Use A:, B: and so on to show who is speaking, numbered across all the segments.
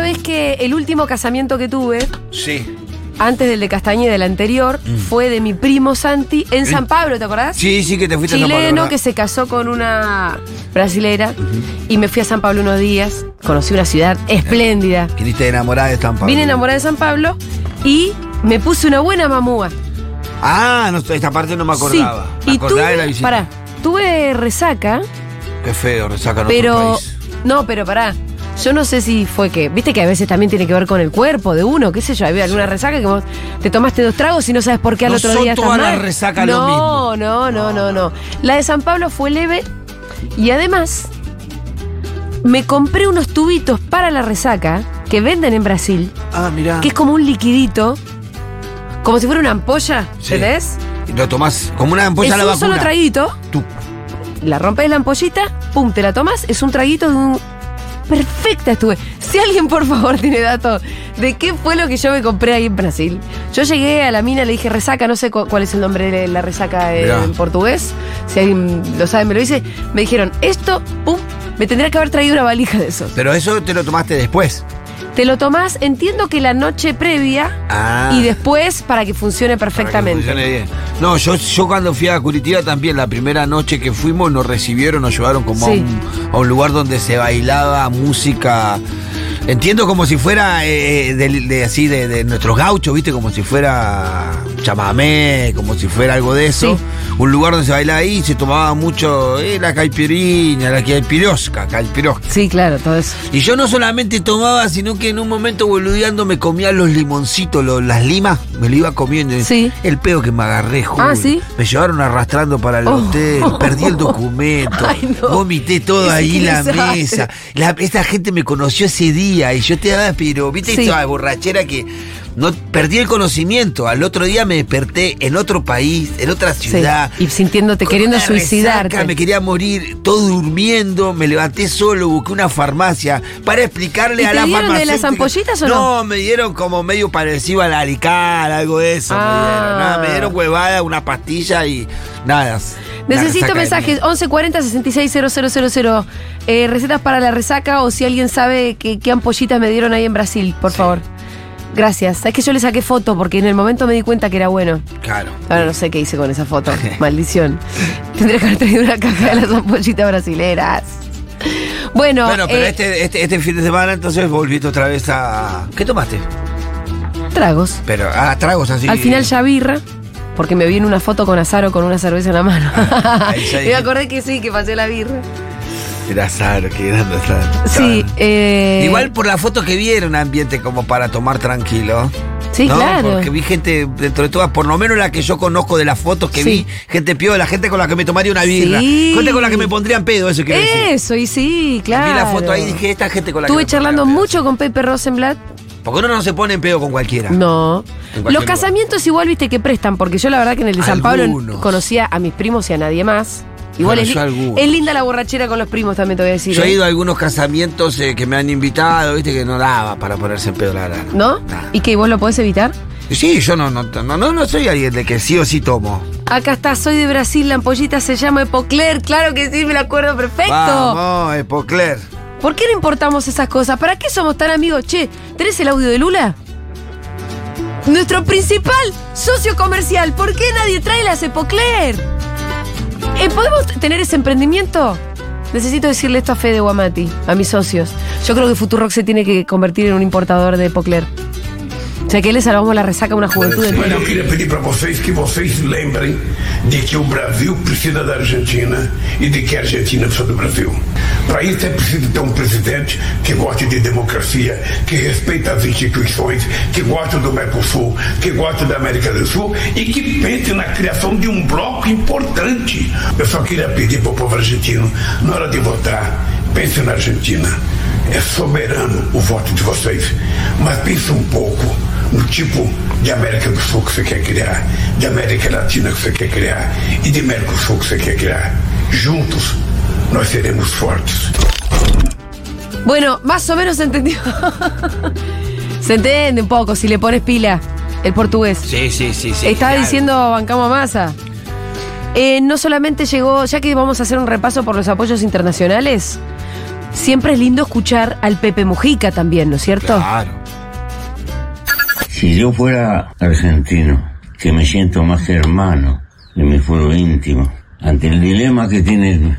A: el último casamiento que tuve,
B: Sí.
A: antes del de Castañeda, del anterior, fue de mi primo Santi en San Pablo, ¿te acordás?
B: Mm. Sí, sí, que te fuiste a San Pablo,
A: Chileno
B: ¿verdad?
A: que se casó con una brasilera y me fui a San Pablo unos días. Conocí una ciudad espléndida.
B: Viniste enamorada de San Pablo.
A: Vine enamorada de San Pablo y me puse una buena mamúa.
B: Ah, no, esta parte no me acordaba. Me
A: y
B: acordaba de la
A: tuve,
B: visita.
A: pará, tuve resaca,
B: Qué feo, resaca nuestro
A: pero
B: país.
A: no, pero pará. Yo no sé si fue que, viste que a veces también tiene que ver con el cuerpo de uno, qué sé yo, había alguna resaca que vos te tomaste dos tragos y no sabes por qué al
B: No
A: otro
B: son
A: día estás
B: todas
A: mal.
B: las resacas
A: no,
B: lo mismo.
A: No, no, no, no. La de San Pablo fue leve y además me compré unos tubitos para la resaca que venden en Brasil,
B: Ah, mirá.
A: que es como un liquidito, como si fuera una ampolla,
B: Sí.
A: ¿entendés?
B: Lo tomás como una ampolla a la
A: es un
B: vacuna.
A: solo traguito.
B: Tú.
A: La rompes la ampollita, pum, te la tomas, es un traguito de un. Perfecta estuve. Si alguien, por favor, tiene datos de qué fue lo que yo me compré ahí en Brasil. Yo llegué a la mina, le dije resaca, no sé cu- cuál es el nombre de la resaca eh,
B: Mirá.
A: en portugués. Si alguien lo sabe, me lo dice. Me dijeron, esto, pum, me tendría que haber traído una valija de esos.
B: Pero eso te lo tomaste después.
A: Te lo tomás, entiendo que la noche previa
B: Ah.
A: y después para que funcione perfectamente.
B: Para que funcione bien. No, yo, yo cuando fui a Curitiba también, la primera noche que fuimos, nos recibieron, nos llevaron como a,
A: Sí.
B: un, a un lugar donde se bailaba música. Entiendo como si fuera eh, de, de- así de, de nuestros gauchos, ¿viste? Como si fuera chamamé, como si fuera algo de eso.
A: Sí.
B: Un lugar donde se bailaba ahí, se tomaba mucho eh, la caipiriña, la caipirosca, caipirosca.
A: Sí, claro, todo eso.
B: Y yo no solamente tomaba, sino que en un momento boludeando me comía los limoncitos, lo- las limas, me lo iba comiendo.
A: Sí.
B: El pedo que me agarré, Juli.
A: Ah, ¿sí?
B: Me llevaron arrastrando para el
A: Oh.
B: hotel, perdí el documento,
A: Ay, no.
B: vomité todo
A: Ese
B: ahí
A: que
B: en la
A: desastre.
B: mesa. La- esta gente me conoció ese día y yo te daba, pero viste
A: Sí.
B: esa borrachera que no perdí el conocimiento. Al otro día me desperté en otro país, en otra
A: Sí.
B: ciudad.
A: Y sintiéndote
B: Con
A: queriendo
B: una
A: suicidarte.
B: resaca, me quería morir, todo durmiendo, me levanté solo, busqué una farmacia para explicarle
A: ¿Y
B: a
A: te
B: la
A: dieron de las
B: farmacéutica-
A: ampollitas o no?
B: No, me dieron como medio parecido al alical, algo de eso.
A: Ah.
B: Me, dieron, Nada, me dieron huevada, una pastilla y nada. la resaca
A: Necesito
B: de
A: mensajes
B: mí.
A: 1140 000 eh, recetas para la resaca o si alguien sabe qué, qué ampollitas me dieron ahí en Brasil, por favor. Gracias. Es que yo le saqué foto porque en el momento me di cuenta que era bueno.
B: Claro.
A: Ahora no sé qué hice con esa foto. Maldición. Tendría que haber traído una caja de las ampollitas brasileras. Bueno,
B: bueno, pero
A: eh,
B: este, este, este fin de semana entonces volviste otra vez a. ¿Qué tomaste? este-
A: tragos.
B: Pero a tragos así.
A: Al final ya birra, porque me vi en una foto con Azaro con una cerveza en la mano.
B: Ah, ahí ya
A: Y me
B: dije.
A: acordé que sí, que pasé la birra.
B: Era azar, que grande azar.
A: Sí, eh,
B: Igual por la foto que vi era un ambiente como para tomar tranquilo.
A: Sí,
B: ¿no?
A: claro.
B: Porque vi gente, dentro de todas, por lo menos la que yo conozco de las fotos que
A: Sí.
B: vi, gente piola, gente con la que me tomaría una birra.
A: Sí.
B: Gente con la que me pondría en pedo, eso quiero decir.
A: Eso, y sí, claro.
B: Vi la foto ahí y dije, esta gente con la que
A: Estuve
B: me
A: charlando
B: pondría en
A: mucho con Pepe Rosenblatt.
B: pedo. Porque uno no se pone en pedo con cualquiera.
A: No.
B: En cualquier
A: Los
B: lugar.
A: casamientos igual viste que prestan, porque yo la verdad que en el de San
B: Algunos.
A: Pablo conocía a mis primos y a nadie más. Igual
B: Bueno,
A: es, li-
B: yo algunos.
A: es linda la borrachera con los primos, también te voy a decir.
B: Yo he
A: ¿eh?
B: ido a algunos casamientos eh, que me han invitado, viste, que no daba para ponerse en pedo, la verdad.
A: ¿No? ¿Y que vos lo podés evitar?
B: Sí, yo no, no, no, no, no soy alguien de que sí o sí tomo.
A: Acá está, soy de Brasil, la ampollita se llama Epocler, claro que sí, me la acuerdo perfecto.
B: Vamos, Epocler.
A: ¿Por qué no importamos esas cosas? ¿Para qué somos tan amigos? Che, ¿tenés el audio de Lula? Nuestro principal socio comercial. ¿Por qué nadie trae las Epocler? Eh, ¿Podemos tener ese emprendimiento? Necesito decirle esto a Fede Guamati, a mis socios. Yo creo que Futurock se tiene que convertir en un importador de Epocler. O sea, que le salvamos la resaca a una juventud
C: Mas
A: entera.
C: eu queria pedir para vocês que vocês lembrem de que o Brasil precisa da Argentina e de que a Argentina precisa do Brasil. Para isso é preciso ter um presidente que goste de democracia, que respeita as instituições, que goste do Mercosul, que goste da América do Sul e que pense na criação de um bloco importante. Eu só queria pedir para o povo argentino, na hora de votar, pense na Argentina. É soberano o voto de vocês. Mas pensa um pouco no tipo de América do Sul que você quer criar, de América Latina que você quer criar e de Mercosul que você quer criar. Juntos nós seremos fortes.
A: Bueno, más o menos se entendió. se entiende un poco si le pones pila el portugués.
B: Sí, sí, sí, sí.
A: Estaba
B: claro.
A: diciendo bancamos a masa. no solamente llegó, ya que vamos a hacer un repaso por los apoyos internacionales, siempre es lindo escuchar al Pepe Mujica también, ¿no es cierto?
B: Claro.
D: Si yo fuera argentino, que me siento más hermano de mi pueblo íntimo, ante el dilema que tiene el,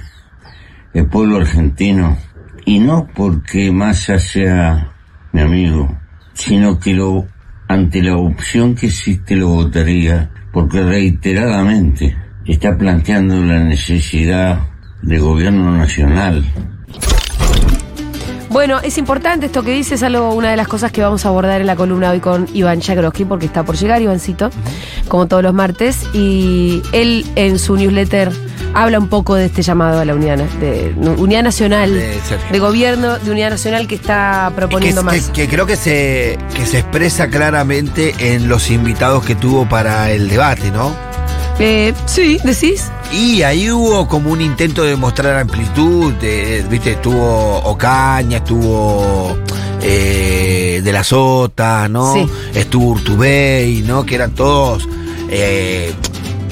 D: el pueblo argentino, y no porque Massa sea mi amigo, sino que lo, ante la opción que existe lo votaría, porque reiteradamente está planteando la necesidad de gobierno nacional.
A: Bueno, es importante esto que dices, algo, una de las cosas que vamos a abordar en la columna hoy con Iván Jagroski, porque está por llegar Ivancito, como todos los martes, y él en su newsletter habla un poco de este llamado a la Unidad, Na- de, no, Unidad Nacional,
B: De Sergio.
A: de gobierno de Unidad Nacional que está
B: que,
A: proponiendo
B: que-
A: más.
B: que creo que se, que se expresa claramente en los invitados que tuvo para el debate, ¿no?
A: Eh, sí, decís.
B: Y ahí hubo como un intento de mostrar amplitud, de- viste, estuvo Ocaña, estuvo eh, De la Sota, ¿no?
A: Sí.
B: Estuvo Urtubey, ¿no? Que eran todos eh,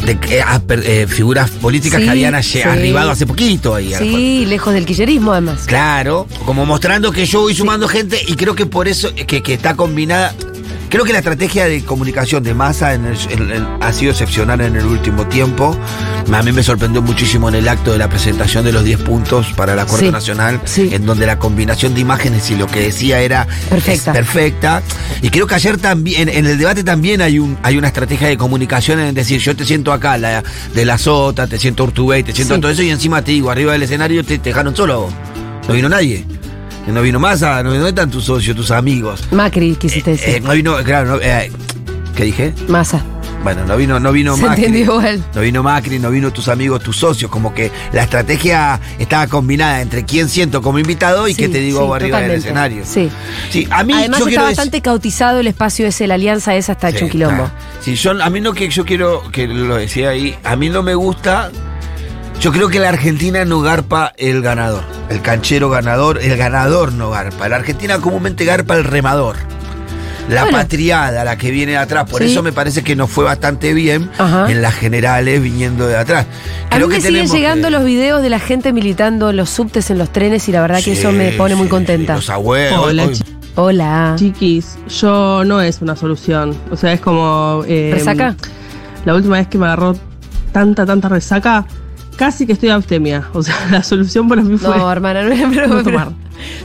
B: de, eh, ah, per- eh, figuras políticas
A: Sí,
B: que habían aye-
A: sí.
B: arribado hace poquito ahí. a la fuerza.
A: Sí, lejos del quillerismo además.
B: Claro, como mostrando que yo voy sumando gente y creo que por eso eh, que, que está combinada. Creo que la estrategia de comunicación de masa ha sido excepcional en el último tiempo. A mí me sorprendió muchísimo en el acto de la presentación de los 10 puntos para el Acuerdo
A: Sí,
B: Nacional,
A: sí.
B: en donde la combinación de imágenes y lo que decía era
A: Perfecta.
B: es perfecta. Y creo que ayer también, en, en el debate también hay un hay una estrategia de comunicación en decir, yo te siento acá, la, de la sota, te siento Urtubey, te siento
A: Sí.
B: todo eso, y encima te digo, arriba del escenario te, te dejaron solo. a vos. No vino nadie. No vino Massa, no, no están tus socios, tus amigos.
A: Macri, quisiste
B: Eh,
A: decir.
B: no vino, claro, no- eh, ¿qué dije?
A: Massa.
B: Bueno, no vino, no vino
A: Se
B: Macri.
A: entendió igual.
B: No vino Macri, no vino tus amigos, tus socios. Como que la estrategia estaba combinada entre quién siento como invitado y
A: Sí,
B: qué te digo
A: sí,
B: arriba
A: totalmente.
B: del escenario.
A: Sí.
B: Sí, a mí
A: Además
B: yo
A: está
B: quiero decir-
A: bastante cautizado el espacio ese, la alianza esa está hecho
B: Sí,
A: un quilombo.
B: está. Sí, yo- a mí no que yo quiero, que lo decía ahí, a mí no me gusta. Yo creo que la Argentina no garpa el ganador, el canchero ganador, el ganador no garpa. La Argentina comúnmente garpa el remador. La
A: Bueno.
B: patriada, la que viene de atrás. Por
A: Sí.
B: eso me parece que nos fue bastante bien
A: Ajá.
B: en las generales viniendo de atrás.
A: A mí
B: Creo
A: me
B: que
A: siguen
B: tenemos eh,
A: llegando
B: que-
A: los videos de la gente militando en los subtes, en los trenes, y la verdad que
B: Sí,
A: eso me pone muy
B: sí,
A: contenta.
B: Los abuelos.
E: Hola,
B: hoy-
E: chi-
A: Hola.
E: Chiquis, yo no es una solución. O sea, es como. eh,
A: ¿Resaca?
E: La última vez que me agarró tanta, tanta resaca, casi que estoy abstemia. O sea, la solución para mí fue.
A: No, hermana, no es broma.
E: No tomar.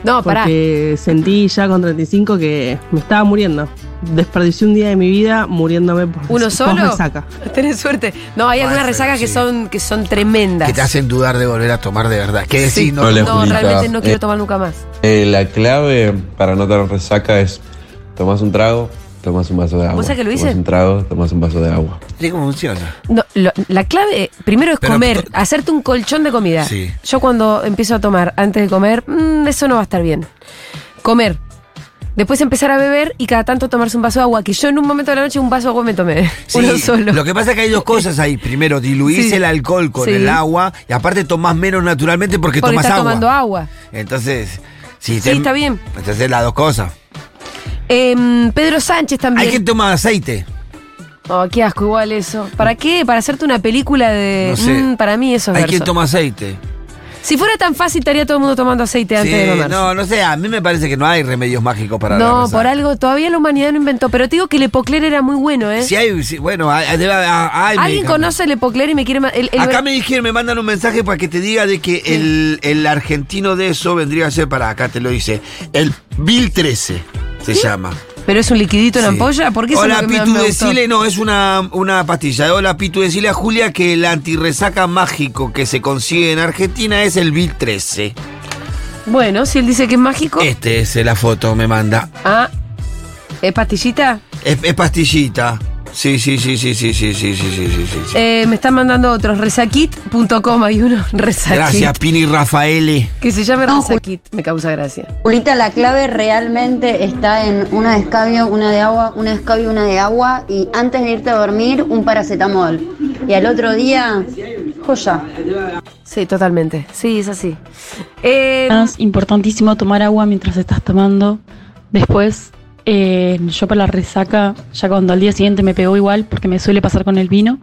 A: No, pará.
E: porque sentí ya con 35 que me estaba muriendo. Desperdicié un día de mi vida muriéndome por,
A: ¿Uno
E: por
A: solo?
E: resaca.
A: Tenés suerte. No, hay algunas
B: Bueno,
A: resacas que
B: sí.
A: son, que son tremendas.
B: Que te hacen dudar de volver a tomar de verdad. Que decís, no,
F: Hola,
A: no,
F: Julita.
A: realmente no quiero
F: Eh,
A: tomar nunca más.
F: Eh, la clave para no tener resaca es tomás un trago, tomás un vaso de agua.
A: ¿Vos sabés que lo hice?
F: Tomás un trago, tomás un vaso de agua.
B: ¿sí ¿Cómo funciona?
A: No, lo- la clave eh, primero es
B: Pero-
A: comer, hacerte un colchón de comida.
B: Sí.
A: Yo cuando empiezo a tomar antes de comer, mm, eso no va a estar bien. Comer. Después empezar a beber y cada tanto tomarse un vaso de agua, que yo en un momento de la noche un vaso de agua me tomé.
B: Sí,
A: uno solo.
B: Lo que pasa es que hay dos cosas ahí. Primero, diluís
A: Sí.
B: el alcohol con
A: Sí.
B: el agua y aparte tomás menos naturalmente porque,
A: Porque
B: tomás
A: está
B: agua.
A: tomando agua.
B: Entonces, si
A: Sí, está bien.
B: Entonces, las dos cosas.
A: Em, Pedro Sánchez también.
B: Hay gente que tomar aceite.
A: Oh, qué asco igual eso. ¿Para qué? ¿Para hacerte una película de...?
B: No sé.
A: Mm, para mí eso es
B: Hay
A: verso.
B: quien toma aceite.
A: Si fuera tan fácil estaría todo el mundo tomando aceite antes de
B: Sí,
A: comer.
B: no, no sé, a mí me parece que no hay remedios mágicos para la
A: no
B: resaca.
A: por algo todavía la humanidad no inventó. Pero te digo que el Epocler era muy bueno, ¿eh?
B: Si hay, si- bueno, hay- hay- debe- ah, hay- hay
A: ¿Alguien
B: medicamentos.
A: conoce el Epocler y me quiere... ma- El, el-
B: Acá me dijeron, me mandan un mensaje para que te diga de que el, el argentino de eso vendría a ser para acá, te lo dice. El Bill 13 se llama.
A: Pero es un liquidito en
B: Sí.
A: ampolla, porque eso
B: Hola,
A: es lo que me-
B: Pitu,
A: me gustó.
B: decile, no, es una, una pastilla. Hola, Pitu, decile a Julia que el antirresaca mágico que se consigue en Argentina es el Bill 13.
A: Bueno, si él dice que es mágico.
B: Este es eh, la foto, me manda.
A: Ah. ¿Es pastillita?
B: Es, es pastillita. Sí, sí, sí, sí, sí, sí, sí, sí, sí, sí, sí, sí.
A: Eh, me están mandando otros. Resakit.com hay uno. Resakit.
B: Gracias, Pini Rafaele.
A: Que se llama Resakit. Me causa gracia.
G: Julita, la clave realmente está en una de escabio, una de agua, una de escabio, una de agua y antes de irte a dormir un paracetamol. Y al otro día, joya.
A: Sí, totalmente. Sí, es así. Eh,
H: Además, importantísimo tomar agua mientras estás tomando. Después, eh, yo para la resaca, ya cuando al día siguiente me pegó igual, porque me suele pasar con el vino,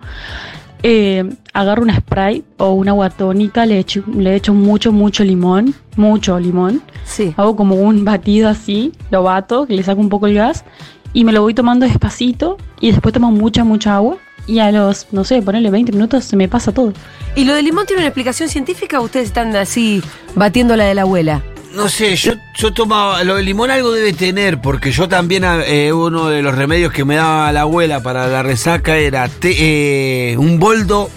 H: eh, agarro una spray o una agua tónica, le echo, le echo mucho, mucho limón, mucho limón.
A: sí.
H: Hago como un batido así, lo bato, que le saco un poco el gas y me lo voy tomando despacito y después tomo mucha, mucha agua y a los, no sé, ponerle 20 minutos se me pasa todo.
A: ¿Y lo del limón tiene una explicación científica o ustedes están así batiendo la de la abuela?
B: No sé, yo, yo tomaba. Lo del limón algo debe tener, porque yo también eh, uno de los remedios que me daba la abuela para la resaca era té, eh, un boldo,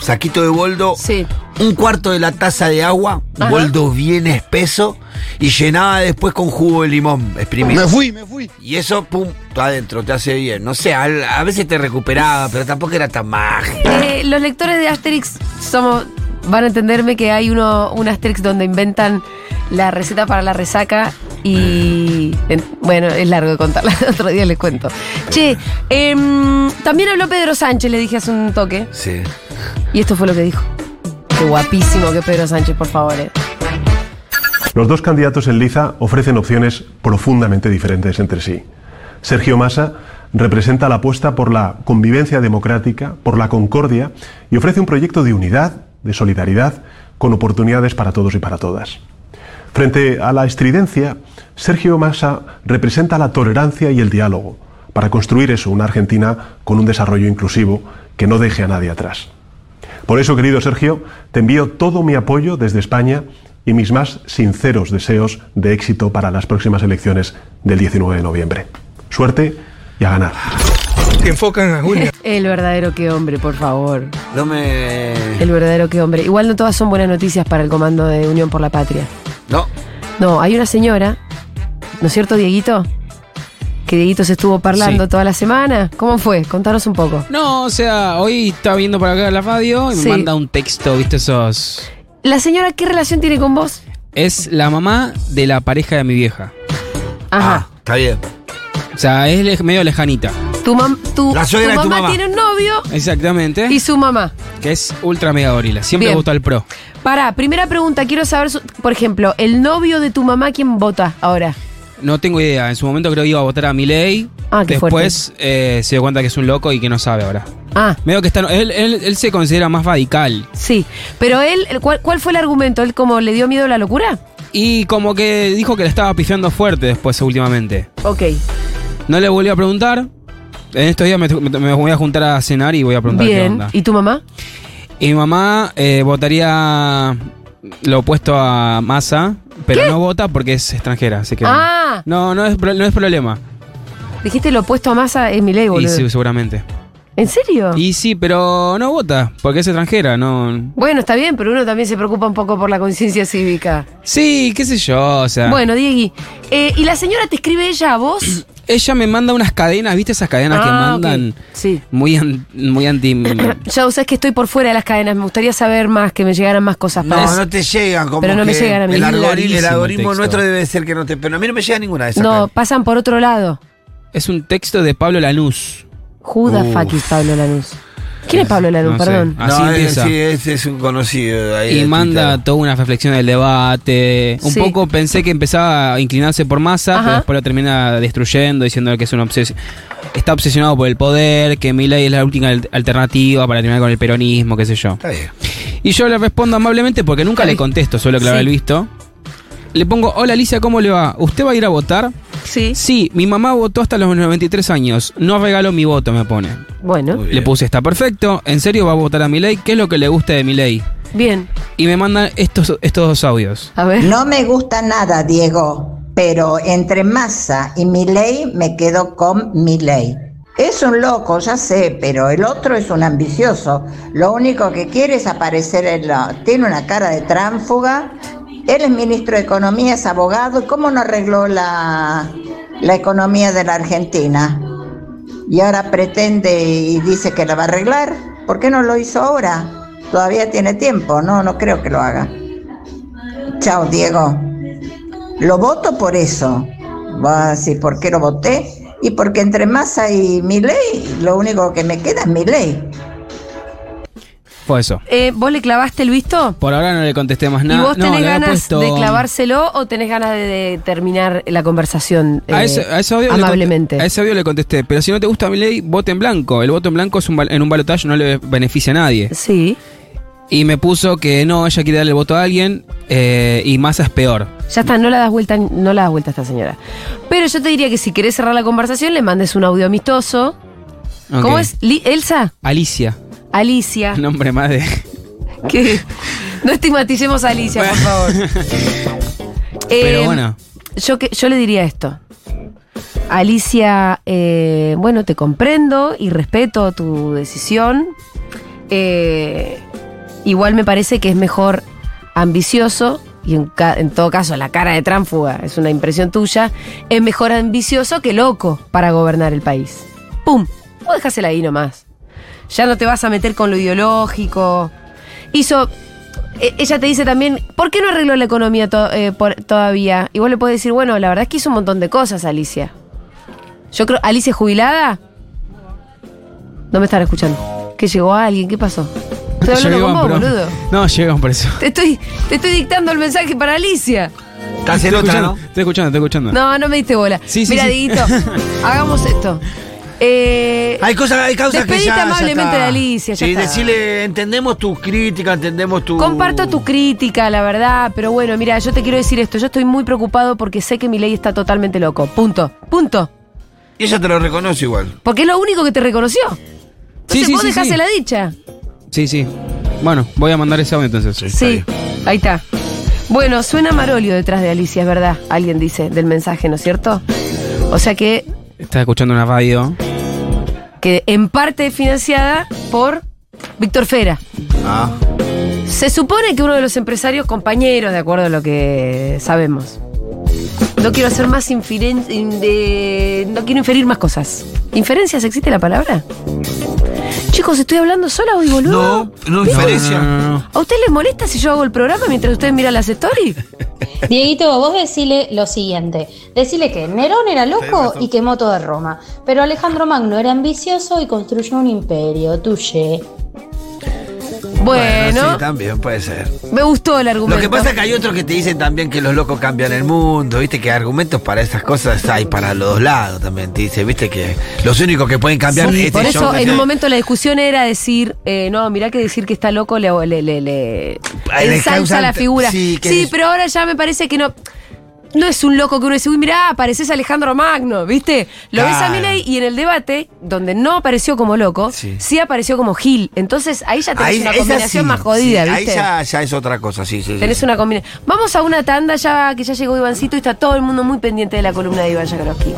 B: saquito de boldo,
A: Sí.
B: un cuarto de la taza de agua, un
A: Ajá.
B: boldo bien espeso, y llenaba después con jugo de limón exprimido.
I: Me fui, me fui.
B: Y eso, pum, está adentro, te hace bien. No sé, al- a, veces te recuperaba, pero tampoco era tan mágico.
A: Eh, los lectores de Asterix somos, van a entenderme que hay uno, un Asterix donde inventan la receta para la resaca y en- bueno, es largo de contarla, otro día les cuento. Che, em, también habló Pedro Sánchez, le dije hace un toque,
B: Sí.
A: y esto fue lo que dijo. Qué guapísimo que es Pedro Sánchez, por favor. eh.
J: Los dos candidatos en liza ofrecen opciones profundamente diferentes entre sí. Sergio Massa representa la apuesta por la convivencia democrática, por la concordia y ofrece un proyecto de unidad, de solidaridad, con oportunidades para todos y para todas. Frente a la estridencia, Sergio Massa representa la tolerancia y el diálogo para construir eso, una Argentina con un desarrollo inclusivo que no deje a nadie atrás. Por eso, querido Sergio, te envío todo mi apoyo desde España y mis más sinceros deseos de éxito para las próximas elecciones del 19 de noviembre. Suerte y a ganar.
I: Enfocan a Julia.
A: El verdadero qué hombre, por favor.
B: No me.
A: El verdadero qué hombre. Igual no todas son buenas noticias para el comando de Unión por la Patria.
B: No.
A: No, hay una señora, ¿no es cierto, Dieguito? Que Dieguito se estuvo parlando
K: Sí.
A: toda la semana. ¿Cómo fue? Contanos un poco.
K: No, o sea, hoy estaba viendo por acá la radio y
A: Sí.
K: me manda un texto, ¿viste? Esos.
A: ¿La señora qué relación tiene con vos?
K: Es la mamá de la pareja de mi vieja.
A: Ajá.
B: Ah, está bien.
K: O sea, es le- medio lejanita.
A: Tu, mam- tu,
B: La suegra
A: tu
B: de tu
A: mamá
B: mamá.
A: tiene un novio
K: Exactamente.
A: y su mamá.
K: Que es ultra mega gorila. ¿Eh? Siempre
A: Bien.
K: votó al pro.
A: Pará, primera pregunta. Quiero saber, su- por ejemplo, el novio de tu mamá, ¿quién vota ahora?
K: No tengo idea. En su momento creo que iba a votar a Milei.
A: Ah, qué
K: Después eh, se dio cuenta que es un loco y que no sabe ahora.
A: Ah,
K: Medio que está. Él, él- él se considera más radical.
A: sí. Pero él, el- ¿cuál, cuál fue el argumento? ¿Él como le dio miedo a la locura?
K: Y como que dijo que le estaba pifiando fuerte después, últimamente.
A: Ok.
K: No le volví a preguntar. En estos días me, me- me voy a juntar a cenar y voy a preguntar qué
A: Bien.
K: onda.
A: ¿Y tu mamá?
K: Y mi mamá eh, votaría lo opuesto a Massa, pero no vota porque es extranjera, así que.
A: Ah.
K: No, no es, pro- no es problema.
A: Dijiste lo opuesto a masa en mi ley,
K: Y
A: boludo.
K: sí, seguramente.
A: ¿En serio?
K: Y sí, pero no vota porque es extranjera, no.
A: Bueno, está bien, pero uno también se preocupa un poco por la conciencia cívica.
K: Sí, qué sé yo, o sea.
A: Bueno, Diegui. eh, ¿Y la señora te escribe ella a vos?
K: Ella me manda unas cadenas, ¿viste esas cadenas que
A: Ah, ok.
K: mandan?
A: Sí.
K: Muy, an- muy anti. no,
A: Ya sabes que estoy por fuera de las cadenas. Me gustaría saber más, que me llegaran más cosas
B: No,
A: para.
B: no te llegan como
A: Pero no me
B: que
A: llegan a mí.
B: El,
A: Es
B: algori- el
K: larguísimo el
B: algoritmo
K: texto.
B: nuestro debe ser que no te... Pero a mí no me llega ninguna de esas.
A: No,
B: caras.
A: pasan por otro lado.
K: Es un texto de Pablo Lanús.
A: Judas
B: Uf.
A: Fakis, Pablo Lanús. ¿Quién es Pablo Lanús?
K: Eh, No sé.
A: Perdón.
K: Así
B: no, es-
K: empieza.
B: sí, es, es un conocido. ahí
K: Y
B: de
K: manda
B: Twitter.
K: toda una reflexión del debate. Eh, Un
A: Sí.
K: poco pensé que empezaba a inclinarse por masa,
A: Ajá.
K: pero después lo termina destruyendo, diciendo que es una obsesión. Está obsesionado por el poder, que Milei es la última al- alternativa para terminar con el peronismo, qué sé yo.
B: Está bien.
K: Y yo le respondo amablemente porque nunca
A: Ay.
K: le contesto, solo clavar
A: Sí.
K: el visto. Le pongo, hola Alicia, ¿cómo le va? ¿Usted va a ir a votar?
A: Sí.
K: Sí, mi mamá votó hasta los 93 años. No regaló mi voto, me pone.
A: Bueno,
B: Muy
K: Le
B: bien.
K: puse, está perfecto. ¿En serio va a votar a Milei? ¿Qué es lo que le gusta de Milei?
A: bien.
K: Y me mandan estos, estos dos audios.
A: A ver.
L: No me gusta nada, Diego, pero entre Massa y Milei me quedo con Milei. Es un loco, ya sé, pero el otro es un ambicioso. Lo único que quiere es aparecer en la... Tiene una cara de tránfuga. Él es ministro de Economía, es abogado. ¿Y cómo no arregló la, la economía de la Argentina? Y ahora pretende y dice que la va a arreglar. ¿Por qué no lo hizo ahora? Todavía tiene tiempo. No, no creo que lo haga. Chao, Diego. Lo voto por eso. Va a decir por qué lo voté y porque entre Massa y mi ley, lo único que me queda es mi ley.
K: Fue eso.
A: Eh, ¿Vos le clavaste el visto?
K: Por ahora no le contesté más
A: ¿Y
K: nada.
A: vos
K: No,
A: tenés
K: le había
A: ganas
K: puesto-
A: de clavárselo o tenés ganas de, de terminar la conversación
K: A
A: eh,
K: ese, a ese audio le
A: amablemente?
K: conte- a ese audio le contesté, pero si no te gusta mi ley, vote en blanco. El voto en blanco es un, bal- en un balotaje no le beneficia a nadie.
A: Sí.
K: y me puso que no, ella quiere darle el voto a alguien eh, y Massa es peor.
A: Ya está, no la das vuelta, no la das vuelta a esta señora. Pero yo te diría que si querés cerrar la conversación, le mandes un audio amistoso. ¿Cómo
K: Ok.
A: es? Li- ¿Elsa?
K: Alicia,
A: Alicia.
K: nombre más de...
A: Que no estigmaticemos a Alicia, por favor.
K: Pero
A: Eh,
K: bueno,
A: Yo, que, yo le diría esto. Alicia, eh, bueno, te comprendo y respeto tu decisión. Eh, igual me parece que es mejor ambicioso, y en, ca- en todo caso la cara de tránfuga es una impresión tuya, es mejor ambicioso que loco para gobernar el país. ¡Pum! Vos dejásela ahí nomás. Ya no te vas a meter con lo ideológico. Hizo. e- Ella te dice también, ¿por qué no arregló la economía to- eh, por- todavía? Y vos le podés decir, bueno, la verdad es que hizo un montón de cosas, Alicia. Yo creo, ¿Alicia es jubilada? No me están escuchando. ¿Que llegó alguien? ¿Qué pasó? Estoy hablando
K: llegó
A: con vos,
K: un pro-
A: boludo.
K: No, llegamos por eso.
A: Te estoy, te estoy dictando el mensaje para Alicia.
B: Estás en otra, ¿no?
K: Estoy escuchando, estoy escuchando.
A: No, no me diste bola.
K: Ah. Sí, sí,
A: Mira,
K: sí.
A: Dieguito, hagamos esto. Eh,
B: Hay cosas, hay causas que
A: despedite
B: ya. ya
A: amablemente
B: está.
A: de Alicia, ya
B: Sí,
A: está.
B: decirle, entendemos tu crítica, entendemos tu.
A: Comparto tu crítica, la verdad, pero bueno, mira, yo te quiero decir esto. Yo estoy muy preocupado porque sé que mi ley está totalmente loco. Punto. Punto.
B: Y ella te lo reconoce igual.
A: Porque es lo único que te reconoció. Entonces
K: Sí, sí,
A: vos
K: sí,
A: dejás
K: sí.
A: la dicha.
K: Sí, sí. Bueno, voy a mandar ese audio entonces.
A: Sí, ahí está. Bueno, suena Marolio detrás de Alicia, es verdad. Alguien dice del mensaje, ¿no es cierto? O sea que,
K: Estás escuchando una radio.
A: que en parte es financiada por Víctor Fera.
B: Ah.
A: Se supone que uno de los empresarios compañeros, de acuerdo a lo que sabemos. No quiero hacer más inferen- in- de- no quiero inferir más cosas. ¿Inferencias existe la palabra? Chicos, estoy hablando sola hoy, boludo.
B: No, no diferencia.
A: ¿A usted les molesta si yo hago el programa mientras ustedes miran las stories?
M: Dieguito, vos decile lo siguiente. Decile que Nerón era loco y quemó toda Roma. Pero Alejandro Magno era ambicioso y construyó un imperio. Tuye.
A: Bueno.
B: sí, también puede ser.
A: Me gustó el argumento.
B: Lo que pasa es que hay otros que te dicen también que los locos cambian el mundo, viste que argumentos para esas cosas hay para los dos lados también. Te dice, viste que los únicos que pueden cambiar
A: Sí,
B: es este
A: por eso
B: show,
A: en
B: ¿viste?
A: un momento la discusión era decir, eh, no, mirá que decir que está loco le, le, le- le-
B: Ay, le
A: ensalza
B: causan-
A: la figura.
B: sí,
A: Sí,
B: que es-
A: pero ahora ya me parece que no. No es un loco que uno dice, uy, mirá, pareces Alejandro Magno, ¿viste? Lo ves a
B: Claro.
A: Milei y en el debate, donde no apareció como loco, sí, apareció como Gil. Entonces ahí ya tenés
B: Ahí-
A: una
B: esa
A: combinación
B: sí,
A: más jodida,
B: sí,
A: ¿viste?
B: Ahí ya, ya es otra cosa, sí, sí. sí,
A: Tenés
B: sí.
A: una combinación. Vamos a una tanda ya que ya llegó Ivancito y está todo el mundo muy pendiente de la columna de Iván Yakarowski.